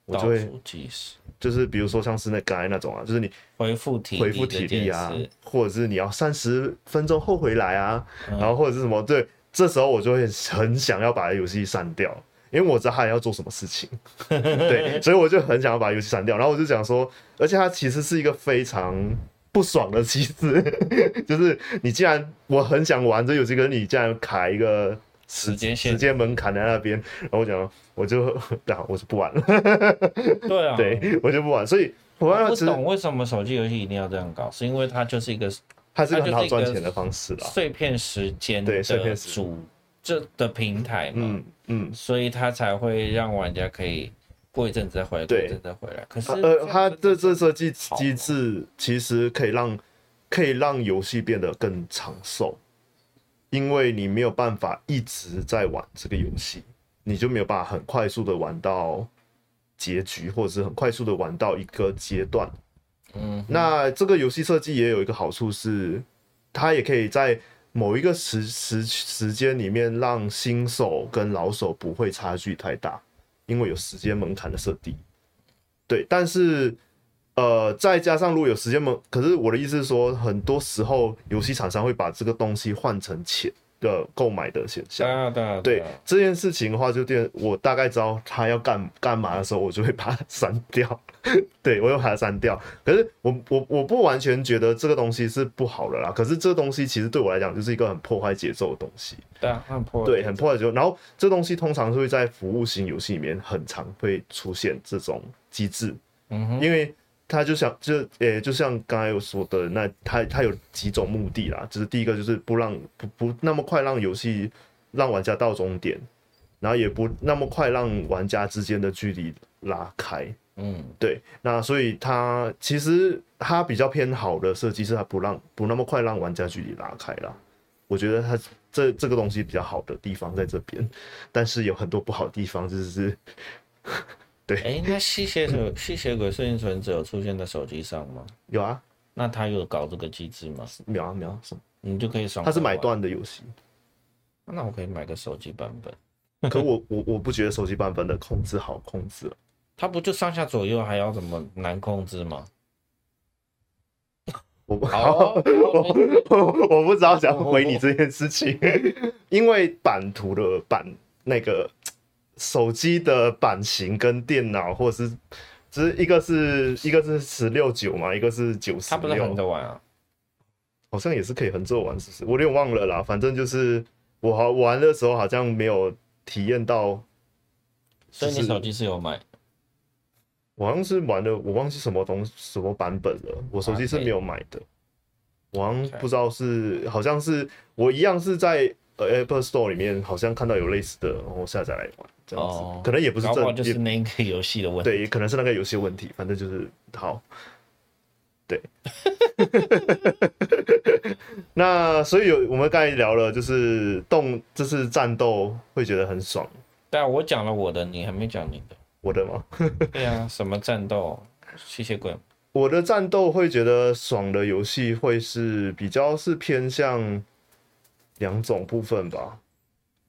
Speaker 1: 我
Speaker 2: 倒
Speaker 1: 就会
Speaker 2: 数计时
Speaker 1: 就是比如说像是那刚才那种啊，就是你
Speaker 2: 恢复体
Speaker 1: 恢复
Speaker 2: 这
Speaker 1: 体力
Speaker 2: 件
Speaker 1: 啊
Speaker 2: 事，
Speaker 1: 或者是你要三十分钟后回来啊，
Speaker 2: 嗯
Speaker 1: 然后或者是什么，对，这时候我就会很想要把游戏删掉，因为我知道他要做什么事 情，对，所以我就很想要把游戏删掉。然后我就想说，而且它其实是一个非常不爽的 机制，就是你既然我很想玩这游戏，可是你竟然卡一个。
Speaker 2: 时间
Speaker 1: 时
Speaker 2: 限制，
Speaker 1: 间门槛在那边，然后我讲我就 啊，我是不玩了，
Speaker 2: 哦对啊，
Speaker 1: 对我就不玩，所以我
Speaker 2: 我
Speaker 1: 要
Speaker 2: 不
Speaker 1: 知
Speaker 2: 懂为什么手机游戏一定要这样搞，是因为它就是一个
Speaker 1: 它是一个很
Speaker 2: 它
Speaker 1: 好
Speaker 2: 就是一个
Speaker 1: 赚钱的方式啦，
Speaker 2: 碎片时间
Speaker 1: 啊对
Speaker 2: 的
Speaker 1: 碎片时
Speaker 2: 主这的平台嘛，
Speaker 1: 嗯嗯，
Speaker 2: 所以它才会让玩家可以过一阵子再回来，过
Speaker 1: 对
Speaker 2: 一阵子再回来。可是哦
Speaker 1: 呃，它这这设计
Speaker 2: 好
Speaker 1: 机制其实可以让可以让游戏变得更长寿，因为你没有办法一直在玩这个游戏，你就没有办法很快速的玩到结局，或者是很快速的玩到一个阶段。
Speaker 2: 嗯，
Speaker 1: 那这个游戏设计也有一个好处是，它也可以在某一个时时时间里面让新手跟老手不会差距太大，因为有时间门槛的设定。对，但是呃，再加上如果有时间门，可是我的意思是说，很多时候游戏厂商会把这个东西换成钱的购买的现象
Speaker 2: 对。啊对啊
Speaker 1: 对
Speaker 2: 啊
Speaker 1: 这件事情的话，就变我大概知道他要干干嘛的时候，我就会把它 删掉。对我又把它删掉。可是我我我不完全觉得这个东西是不好的啦。可是这个东西其实对我来讲就是一个很破坏节奏的东西，
Speaker 2: 对啊，很破
Speaker 1: 对，很破坏节奏。然后这东西通常是会在服务型游戏里面很常会出现这种机制，
Speaker 2: 嗯哼，
Speaker 1: 因为它就像就诶、就像刚才有说的，那它它有几种目的啦，就是第一个就是不让不不那么快让游戏让玩家到终点，然后也不那么快让玩家之间的距离拉开。
Speaker 2: 嗯
Speaker 1: 对，那所以它其实它比较偏好的设计是它不让不那么快让玩家距离拉开啦。我觉得它这这个东西比较好的地方在这边，但是有很多不好的地方，就是
Speaker 2: 哎，那吸血鬼吸血鬼幸存者有出现在手机上吗？
Speaker 1: 有啊
Speaker 2: 那他有搞这个机制吗？
Speaker 1: 秒啊秒啊什么，
Speaker 2: 你就可以爽。
Speaker 1: 它是买，断的游戏。
Speaker 2: 那我可以买个手机版本。
Speaker 1: 可我我我不觉得手机版本的控制好控制了，
Speaker 2: 它不就上下左右还要怎么难控制吗？
Speaker 1: 我不
Speaker 2: 好 哦，好哦
Speaker 1: 我不知道想回你这件事 情，因为版图的版那个手机的版型跟电脑或者是只是一个是一个是十六九嘛，一个是九十
Speaker 2: 它不是横
Speaker 1: 六，
Speaker 2: 着玩啊。
Speaker 1: 好像也是可以横着玩，是不是？我有点忘了啦，反正就是我好玩的时候好像没有体验到，
Speaker 2: 所以你
Speaker 1: 就是
Speaker 2: 手机是有买，
Speaker 1: 我好像是玩的我忘记什么东什么版本了，我手机是没有买的，我好像
Speaker 2: OK
Speaker 1: 不知道是好像是我一样是在呃 Apple Store 里面好像看到有类似的，然后下载来玩这样子，
Speaker 2: 哦
Speaker 1: 可能也不是
Speaker 2: 搞不好
Speaker 1: 正
Speaker 2: 就是
Speaker 1: 也
Speaker 2: 那个游戏的问题。
Speaker 1: 对，也可能是那个游戏问题，反正就是好。对， 那所以有我们刚才聊了，就是动，就是战斗会觉得很爽，
Speaker 2: 但我讲了我的，你还没讲你的。
Speaker 1: 我的吗？
Speaker 2: 对啊，什么战斗，吸血鬼，
Speaker 1: 我的战斗会觉得爽的游戏会是比较是偏向两种部分吧，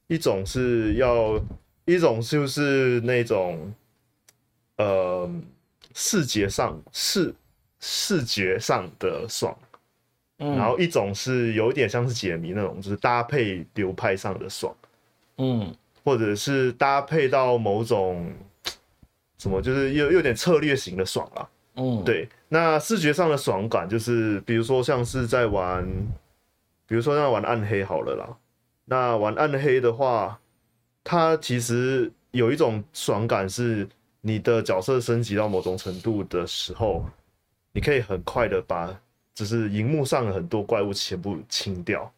Speaker 1: 一种是要，一种就是那种，呃，视觉上视视觉上的爽，
Speaker 2: 嗯
Speaker 1: 然后一种是有点像是解谜那种，就是搭配流派上的爽。
Speaker 2: 嗯，
Speaker 1: 或者是搭配到某种怎么，就是有有点策略型的爽啦。
Speaker 2: 嗯，
Speaker 1: 对，那视觉上的爽感就是，比如说像是在玩，比如说像玩暗黑好了啦。那玩暗黑的话，它其实有一种爽感是，你的角色升级到某种程度的时候，你可以很快的把就是荧幕上的很多怪物全部清掉。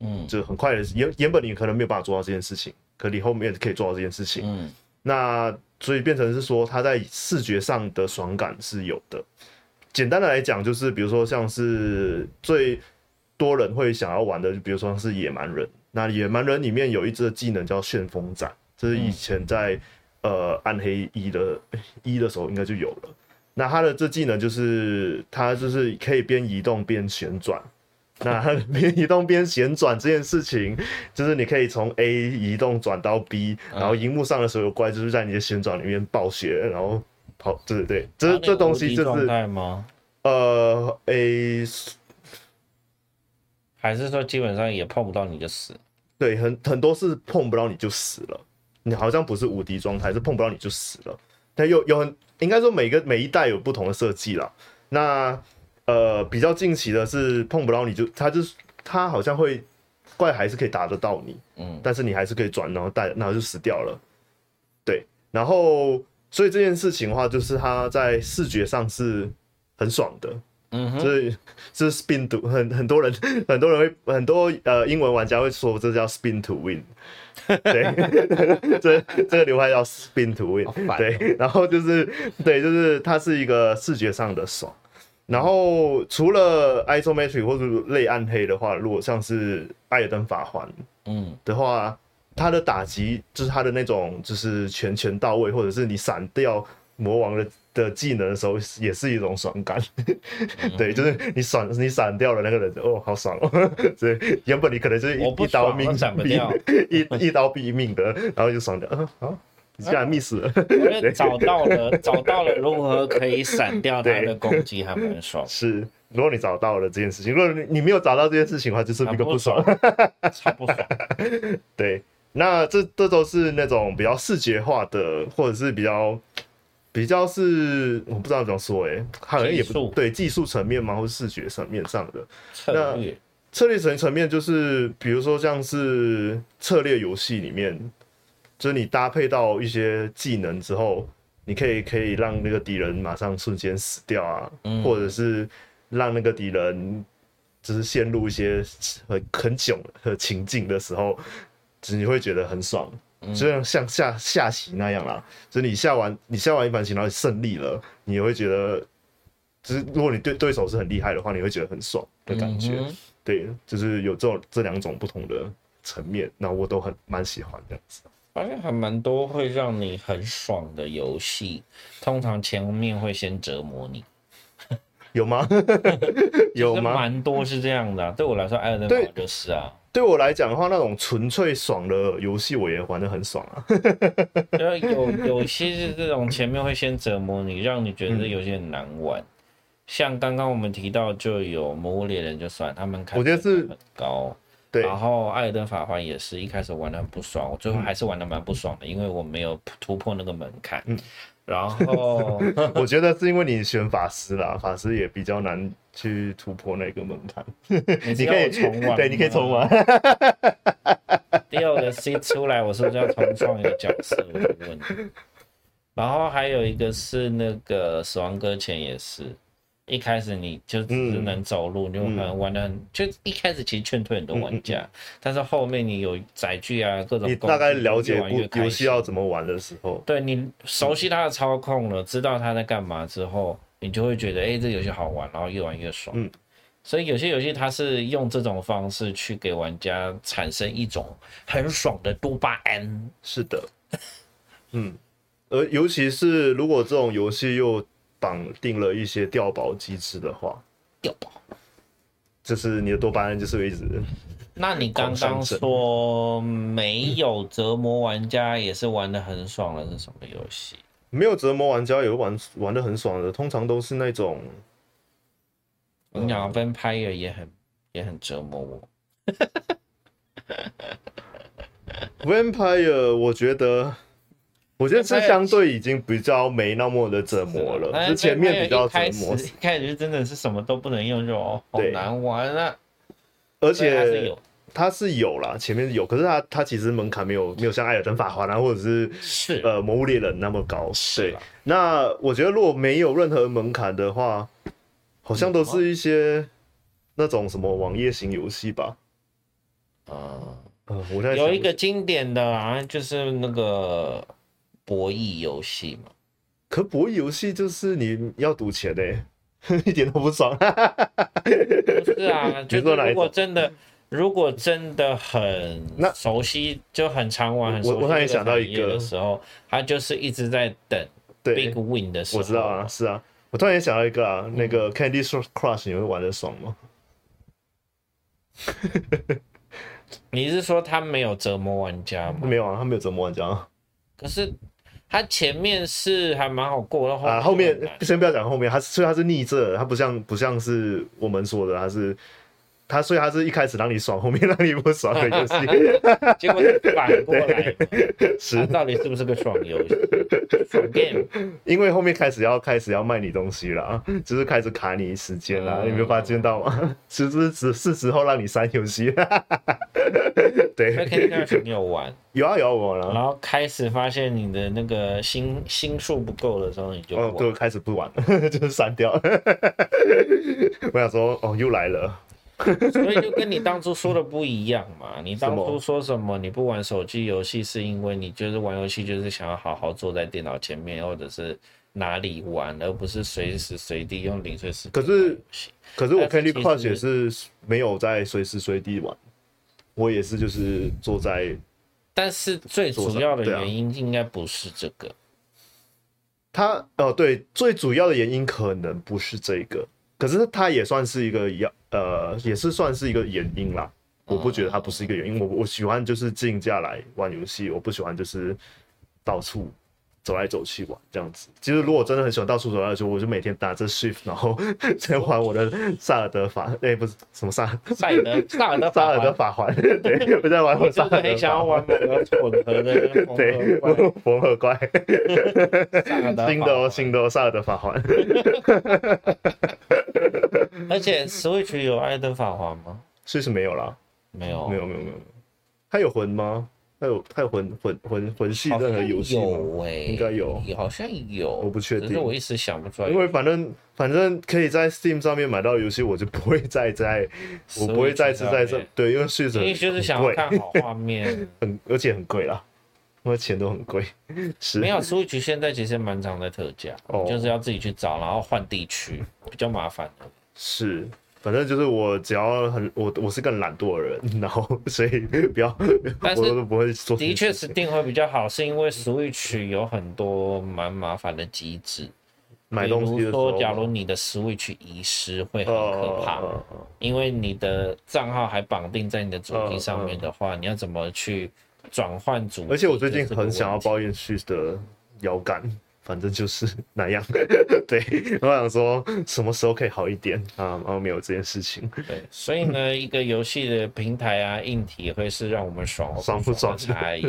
Speaker 2: 嗯
Speaker 1: 就很快的原原本你可能没有办法做到这件事情，可你后面可以做到这件事情。
Speaker 2: 嗯
Speaker 1: 那所以变成是说，它在视觉上的爽感是有的。简单的来讲，就是比如说像是最多人会想要玩的，就比如说像是野蛮人。那野蛮人里面有一只技能叫旋风斩，这是以前在、呃暗黑一的 一的时候应该就有了。那它的这技能就是它就是可以边移动边旋转。那它边移动边旋转这件事情，就是你可以从 A 移动转到 B，
Speaker 2: 嗯
Speaker 1: 然后荧幕上的所有怪就是在你的旋转里面暴雪，然后跑，对对对，
Speaker 2: 它
Speaker 1: 这
Speaker 2: 那个
Speaker 1: 这东
Speaker 2: 无
Speaker 1: 西
Speaker 2: 敌
Speaker 1: 就
Speaker 2: 状
Speaker 1: 是
Speaker 2: 态吗？
Speaker 1: 呃 A
Speaker 2: 还是说基本上也碰不到你就死？
Speaker 1: 对，很很多是碰不到你就死了，你好像不是无敌状态，是碰不到你就死了。但有有很应该说每个每一代有不同的设计啦。那呃比较近期的是碰不到你就，它就是它好像会怪还是可以打得到你，
Speaker 2: 嗯
Speaker 1: 但是你还是可以转，然后带，然后就死掉了。对，然后所以这件事情的话，就是它在视觉上是很爽的，
Speaker 2: 嗯哼，
Speaker 1: 这这是 spin to 很很多人很多人会很多呃英文玩家会说这叫 spin to win，对， 这这个流派叫 spin to win，、
Speaker 2: 好烦哦
Speaker 1: 对，然后就是对，就是它是一个视觉上的爽。然后除了 isometric 或者类暗黑的话，如果像是艾尔登法环
Speaker 2: 嗯
Speaker 1: 的话，它的打击就是它的那种就是拳拳到位，或者是你闪掉魔王的的技能的时候，也是一种爽感。 对，就是
Speaker 2: 嗯
Speaker 1: 你闪你闪掉了那个人，哦，好爽哦！ 所以原本你可能哦就是
Speaker 2: 我不
Speaker 1: 一一刀
Speaker 2: 爽
Speaker 1: 毙
Speaker 2: 我闪不
Speaker 1: 毙
Speaker 2: 掉
Speaker 1: 一一刀毙命的，然后就爽掉，啊，好，你竟然 miss 了，。
Speaker 2: 我觉得找到了， 找到了如何可以闪掉他的攻击，还蛮爽
Speaker 1: 是。如果你找到了这件事情，如果你你没有找 到这件事情的话，就是一
Speaker 2: 很
Speaker 1: 个不爽。，
Speaker 2: 超不爽。
Speaker 1: 对，那这这都是那种比较视觉化的，或者是比较比较是我不知道怎么说、欸，哎，好像也不
Speaker 2: 技术
Speaker 1: 对技术层面嘛，或是视觉层面上的
Speaker 2: 策略，
Speaker 1: 策略层层面，就是比如说像是策略游戏里面，就是你搭配到一些技能之后，你可以可以让那个敌人马上瞬间死掉啊，
Speaker 2: 嗯
Speaker 1: 或者是让那个敌人就是陷入一些很很囧的情境的时候，就是你会觉得很爽，
Speaker 2: 嗯
Speaker 1: 就像像下下棋那样啦。就是你下完你下完一盘棋，然后胜利了，你也会觉得，就是如果你对对手是很厉害的话，你会觉得很爽的感觉。
Speaker 2: 嗯哼
Speaker 1: 对，就是有这种这两种不同的层面，那我都很蛮喜欢这样子。
Speaker 2: 发现还蛮多会让你很爽的游戏，通常前面会先折磨你。
Speaker 1: 有 吗？有
Speaker 2: 这
Speaker 1: 吗？
Speaker 2: 蛮多是这样的啊、对我来说，艾尔登
Speaker 1: 对
Speaker 2: 堡就是啊，
Speaker 1: 对我来讲的话，那种纯粹爽的游戏，我也玩得很爽 啊。
Speaker 2: 就是有有些是这种前面会先折磨你，让你觉得有些难玩。像刚刚我们提到，就有《魔物猎人》就算，他们开
Speaker 1: 我觉得是
Speaker 2: 很高，
Speaker 1: 对，嗯
Speaker 2: 然后《艾尔登法环》也是一开始玩的很不爽，我最后还是玩的蛮不爽的，因为我没有突破那个门槛。
Speaker 1: 嗯
Speaker 2: 然后
Speaker 1: 我觉得是因为你选法师啦，法师也比较难去突破那个门槛。
Speaker 2: 你
Speaker 1: 你可以
Speaker 2: 重玩，
Speaker 1: 对，你可以啊重。玩。
Speaker 2: 第二个 C 出来，我是不是要重创一个角色？我就问你。然后还有一个是那个《死亡搁浅》，也是一开始你就只
Speaker 1: 嗯
Speaker 2: 能走路，你就很玩的很，就一开始其实劝退很多玩家，但是后面你有载具啊，各种
Speaker 1: 嗯你
Speaker 2: 工具
Speaker 1: 大概了解
Speaker 2: 越玩越
Speaker 1: 不
Speaker 2: 开
Speaker 1: 游
Speaker 2: 心
Speaker 1: 戏要怎么玩的时候，
Speaker 2: 对你熟悉它的操控了，知道它在干嘛之后，你就会觉得，哎、这游戏好玩，然后越玩越爽。
Speaker 1: 嗯，
Speaker 2: 所以有些游戏它是用这种方式去给玩家产生一种很爽的多巴胺。
Speaker 1: 是的，嗯，而尤其是如果这种游戏又绑定了一些掉宝机制的话，
Speaker 2: 掉宝。
Speaker 1: 就是你的多巴胺就是会一直
Speaker 2: 那你刚刚说没有折磨玩家，也是玩的很爽了，是什么游戏？
Speaker 1: 没有折磨玩家，也会玩玩的很爽的，通常都是那种
Speaker 2: 我
Speaker 1: 嗯
Speaker 2: 跟你讲，Vampire 也很也很折磨我。
Speaker 1: Vampire，我觉得，我觉得这
Speaker 2: Vampire
Speaker 1: 相对已经比较没那么的折磨了，
Speaker 2: 那
Speaker 1: 是前面比较折
Speaker 2: Vampire 啊一
Speaker 1: 磨
Speaker 2: 开，始一开始就真的是什么都不能用，就哦好
Speaker 1: 对
Speaker 2: 难玩啊。
Speaker 1: 而
Speaker 2: 而它是
Speaker 1: 且
Speaker 2: 有
Speaker 1: 它是有啦，前面有，可是它它其实门槛没有没有像艾尔登法环啊，或者是
Speaker 2: 是
Speaker 1: 呃魔物猎人那么高。
Speaker 2: 是啊
Speaker 1: 对
Speaker 2: 啦，
Speaker 1: 那我觉得如果没有任何门槛的话，好像都是一些那种什么网页型游戏吧。
Speaker 2: 啊，
Speaker 1: 呃，我在
Speaker 2: 有
Speaker 1: 想
Speaker 2: 一个经典的啊，就是那个博弈游戏嘛，
Speaker 1: 可博弈游戏就是你要赌钱的、 一点都不爽。
Speaker 2: 不是啊，就
Speaker 1: 你
Speaker 2: 是
Speaker 1: 说哪一种
Speaker 2: 如果真的，如果真的很
Speaker 1: 那
Speaker 2: 熟悉，就很常玩，很
Speaker 1: 我
Speaker 2: 熟悉
Speaker 1: 我突然
Speaker 2: 这
Speaker 1: 想到
Speaker 2: 产
Speaker 1: 一
Speaker 2: 业
Speaker 1: 个
Speaker 2: 的时候，他就是一直在等
Speaker 1: 对，
Speaker 2: big win 的时候，嗯
Speaker 1: 我知道啊，，是啊，我突然也想到一个啊，那个 Candy Crush 你会玩的爽吗？
Speaker 2: 你是说他没有折磨玩家吗？
Speaker 1: 没有啊，他没有折磨玩家
Speaker 2: 哦
Speaker 1: 啊。
Speaker 2: 可是他前面是还蛮好过的，
Speaker 1: 啊后面
Speaker 2: 就很难
Speaker 1: 先不要讲后面，他是所以他是逆着，他不像不像是我们说的，他是它所以它是一开始让你爽，后面让你不爽的 游戏，
Speaker 2: 结果是 反过来，它
Speaker 1: 是
Speaker 2: 到底是不是个爽游 戏？爽 game
Speaker 1: 因为后面开始要开始要卖你东西了，就是开始卡你时间了，
Speaker 2: 嗯
Speaker 1: 你没有发现到吗？ 是不是只是时候让你删游戏？
Speaker 2: 那
Speaker 1: 对，
Speaker 2: Candy Crush 你有玩，
Speaker 1: 有啊有啊我了，
Speaker 2: 然后开始发现你的那个心心数不够的时候，你就
Speaker 1: 哦，
Speaker 2: 玩。
Speaker 1: 对，开始不玩了， 就是删掉了。我想说，哦，又来了，
Speaker 2: 所以就跟你当初说的不一样嘛。你当
Speaker 1: 什
Speaker 2: 初
Speaker 1: 么
Speaker 2: 说什么你不玩手机游戏，是因为你就是玩游戏就是想要好好坐在电脑前面，或者是哪里玩，而不是随时随地用零碎时
Speaker 1: 可
Speaker 2: 间玩游戏。
Speaker 1: 是可是我
Speaker 2: 但
Speaker 1: Candy
Speaker 2: 是
Speaker 1: Crush
Speaker 2: 其
Speaker 1: 也
Speaker 2: 实
Speaker 1: 是没有在随时随地玩，我也是就是坐在
Speaker 2: 但是最主要
Speaker 1: 啊
Speaker 2: 的原因应该不是这个，
Speaker 1: 它哦对，最主要的原因可能不是这个，可是它也算是一个要呃，也是算是一个原因啦。我不觉
Speaker 2: 哦
Speaker 1: 得它不是一个原因，我我喜欢就是静下来玩游戏，我不喜欢就是到处走来走去玩这样子。其实如果真的很喜欢到处走来走去，我就每天打着 shift，然后 在玩我的萨尔德法，哎、不是什么萨
Speaker 2: 萨尔德萨尔德
Speaker 1: 萨
Speaker 2: 法
Speaker 1: 尔
Speaker 2: 环
Speaker 1: 德，法环，对，我在玩我
Speaker 2: 我
Speaker 1: 萨
Speaker 2: 真
Speaker 1: 尔
Speaker 2: 的
Speaker 1: 德
Speaker 2: 很想
Speaker 1: 法
Speaker 2: 要
Speaker 1: 环。
Speaker 2: 玩某个混合的跟 缝
Speaker 1: 对
Speaker 2: 合怪，
Speaker 1: 缝合怪，
Speaker 2: 萨尔德
Speaker 1: 新
Speaker 2: 法
Speaker 1: 的哦，
Speaker 2: 环
Speaker 1: 新的哦，萨尔德法环，
Speaker 2: 嗯而且 Switch 有艾登法环吗？
Speaker 1: 确实没有啦。
Speaker 2: 没有，
Speaker 1: 没有没有没有，没有它有魂吗？它有它有魂魂魂魂系
Speaker 2: 好
Speaker 1: 任何
Speaker 2: 像
Speaker 1: 游戏吗？
Speaker 2: 有诶，
Speaker 1: 应该有
Speaker 2: 好像有，
Speaker 1: 我不确定
Speaker 2: 只是我一时想不出来。
Speaker 1: 因为反正反正可以在 Steam 上面买到的游戏，我就不会再在我不会再次在这对，因为续
Speaker 2: 啊因
Speaker 1: 者
Speaker 2: 为就是想要
Speaker 1: 贵，
Speaker 2: 看好 画面。
Speaker 1: 很而且很贵啦，因为钱都很贵， 是
Speaker 2: 没有 Switch 现在其实蛮常在特价，
Speaker 1: 哦
Speaker 2: 就是要自己去找，然后换地区，比较麻烦。
Speaker 1: 是。反正就是我，只要很我我是个很懒惰的人， 然后所以不要，
Speaker 2: 但
Speaker 1: 我
Speaker 2: 是
Speaker 1: 都不会做这
Speaker 2: 的
Speaker 1: 件
Speaker 2: 确
Speaker 1: 事情。
Speaker 2: 是定会比较好，是因为 Switch 有很多蛮麻烦的机制，
Speaker 1: 买
Speaker 2: 比
Speaker 1: 东西的
Speaker 2: 如
Speaker 1: 时
Speaker 2: 说，
Speaker 1: 候，
Speaker 2: 假如你的 Switch 遗失会很可怕，
Speaker 1: 呃，
Speaker 2: 因为你的账号还绑定在你的主机
Speaker 1: 嗯
Speaker 2: 上面的话，你要怎么去转换主机？
Speaker 1: 而且我最近
Speaker 2: 这是个
Speaker 1: 很想要
Speaker 2: 问题
Speaker 1: 抱怨 s 的摇杆，反正就是那样。 对，我想说什么时候可以好一点啊？然后没有这件事情，
Speaker 2: 对， 所以呢，一个游戏的平台啊，硬体会是让我们爽
Speaker 1: 爽不爽
Speaker 2: 的差异。